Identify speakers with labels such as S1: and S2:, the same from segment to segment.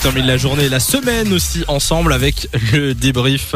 S1: termine la journée et la semaine aussi ensemble avec le débrief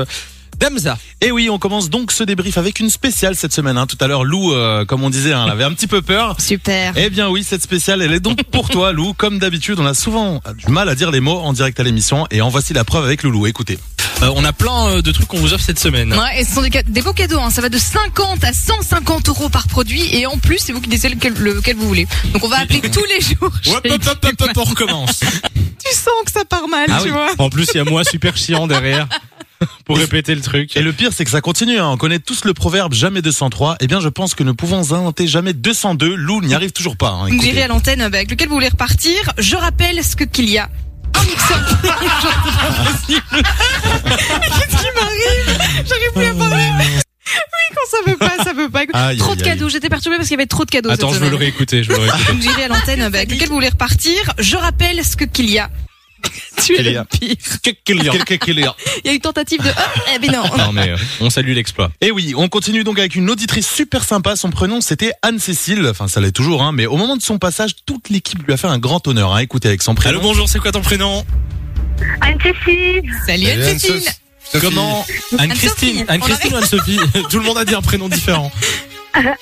S1: d'Amza.
S2: Et oui, on commence donc ce débrief avec une spéciale cette semaine. hein. Tout à l'heure, Lou, euh, comme on disait, hein, elle avait un petit peu peur.
S3: Super.
S2: Eh bien oui, cette spéciale, elle est donc pour toi, Lou. Comme d'habitude, on a souvent du mal à dire les mots en direct à l'émission. Et en voici la preuve avec Loulou. Écoutez.
S1: Euh, on a plein euh, de trucs qu'on vous offre cette semaine.
S3: Ouais, et ce sont des, ca- des beaux cadeaux, hein. ça va de 50 à 150 euros par produit et en plus c'est vous qui décidez lequel, lequel vous voulez. Donc on va appeler tous les jours.
S2: Hop, hop, hop, hop, hop, on recommence.
S3: Tu sens que ça part mal,
S2: Ah
S3: tu
S2: oui.
S3: vois.
S1: En plus, il y a moi super chiant derrière pour répéter le truc.
S2: Et le pire, c'est que ça continue. hein. On connaît tous le proverbe jamais 203. Eh bien, je pense que nous pouvons inventer jamais 202. Lou n'y arrive toujours pas. hein.
S3: Vous me
S2: Écoutez.
S3: direz à l'antenne bah, avec lequel vous voulez repartir. Je rappelle ce que qu'il y a. Un mixeur. Qu'est-ce qui m'arrive J'arrive plus à parler. Oui, quand ça veut pas, ça veut pas.
S2: Ah. Aïe,
S3: trop de
S2: aïe, aïe.
S3: cadeaux. J'étais perturbée parce qu'il y avait trop de cadeaux
S1: Attends, je
S3: cette
S1: veux le
S3: semaine.
S1: réécouter. Je veux le réécouter.
S3: Vous me direz à l'antenne bah, avec lequel vous voulez repartir. Je rappelle ce que qu'il y a. Tu es
S2: Qu'il y
S3: le
S2: a.
S3: pire.
S2: Quelqu'un qui l'a.
S3: Il y a eu tentative de. Oh, eh ben non.
S1: Non mais euh, on salue l'exploit.
S2: Et Eh oui, on continue donc avec une auditrice super sympa. Son prénom, c'était Anne-Cécile. Enfin, ça l'est toujours, hein. Mais au moment de son passage, toute l'équipe lui a fait un grand honneur, hein. Écoutez, avec son
S1: Allô,
S2: prénom.
S1: bonjour, c'est quoi ton prénom
S4: Anne-Cécile,
S3: Salut Anne-Cécile.
S1: Comment Anne-Christine
S3: Anne-Sophie.
S1: Anne-Christine ou Anne-Sophie Tout le monde a dit un prénom différent.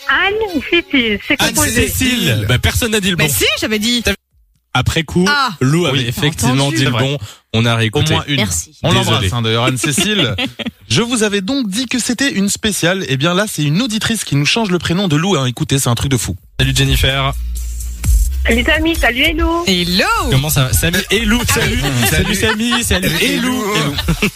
S4: Anne-Cécile, c'est composé.
S1: Anne-Cécile Ah, Bah personne n'a dit le
S3: Bah
S1: bon.
S3: si, j'avais dit.
S1: Après coup,
S3: Ah.
S1: Lou
S2: Oui.
S1: avait effectivement
S3: Entendu.
S1: dit le
S2: C'est vrai.
S1: bon. On a
S2: Au
S1: réécouté.
S2: moins une.
S3: Merci.
S2: On
S1: Désolé.
S2: l'embrasse, hein, d'ailleurs, Anne-Cécile. Je vous avais donc dit que c'était une spéciale. Eh bien, là, c'est une auditrice qui nous change le prénom de Lou, hein. Écoutez, c'est un truc de fou.
S1: Salut Jennifer.
S4: Salut amis, salut Hello.
S3: Hello.
S1: Comment ça va Samy et Lou, salut. Salut
S5: Salut.
S1: Samy, salut
S5: Salut.
S1: et Lou.
S5: Hello.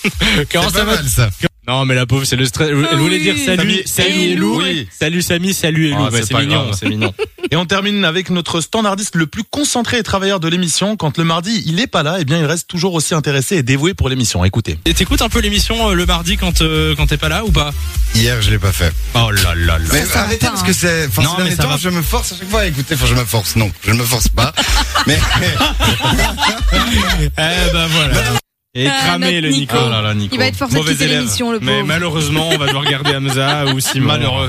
S1: Comment
S5: C'est
S1: ça
S5: pas
S1: va
S5: mal, ça.
S1: Non mais la pauvre, c'est le stress. Elle voulait
S3: Ah oui.
S1: dire salut,
S2: Samy,
S1: salut
S2: et
S1: et Lou.
S2: Lou, oui.
S1: Salut Samy, salut et Lou.
S2: Ah,
S1: Bah,
S2: c'est
S1: c'est
S2: pas
S1: mignon,
S2: grave.
S1: c'est mignon.
S2: Et on termine avec notre standardiste le plus concentré et travailleur de l'émission. Quand le mardi, il est pas là, eh bien, il reste toujours aussi intéressé et dévoué pour l'émission. Écoutez.
S1: Et t'écoutes un peu l'émission euh, le mardi quand euh, quand t'es pas là ou pas
S5: Hier, je l'ai pas fait.
S1: Oh là là là.
S5: Mais
S3: ça va
S5: arrêtez
S3: pas,
S5: parce
S3: hein.
S5: que c'est. Enfin,
S1: Non,
S5: ces
S1: mais
S5: derniers
S1: ça
S5: temps,
S1: va.
S5: je me force à chaque fois à écouter. Enfin, je me force. Non, je ne me force pas. mais
S1: Eh ben voilà. Et
S3: Ah,
S1: cramé
S3: notre
S1: le
S3: Nico.
S1: Nico.
S3: Oh là
S1: là, Nico.
S3: Il va être forcé de
S1: Mauvais
S3: quitter
S1: élève.
S3: l'émission, le
S1: Mais
S3: pauvre.
S1: malheureusement, on va devoir garder Hamza ou Simon.
S2: Malheureux.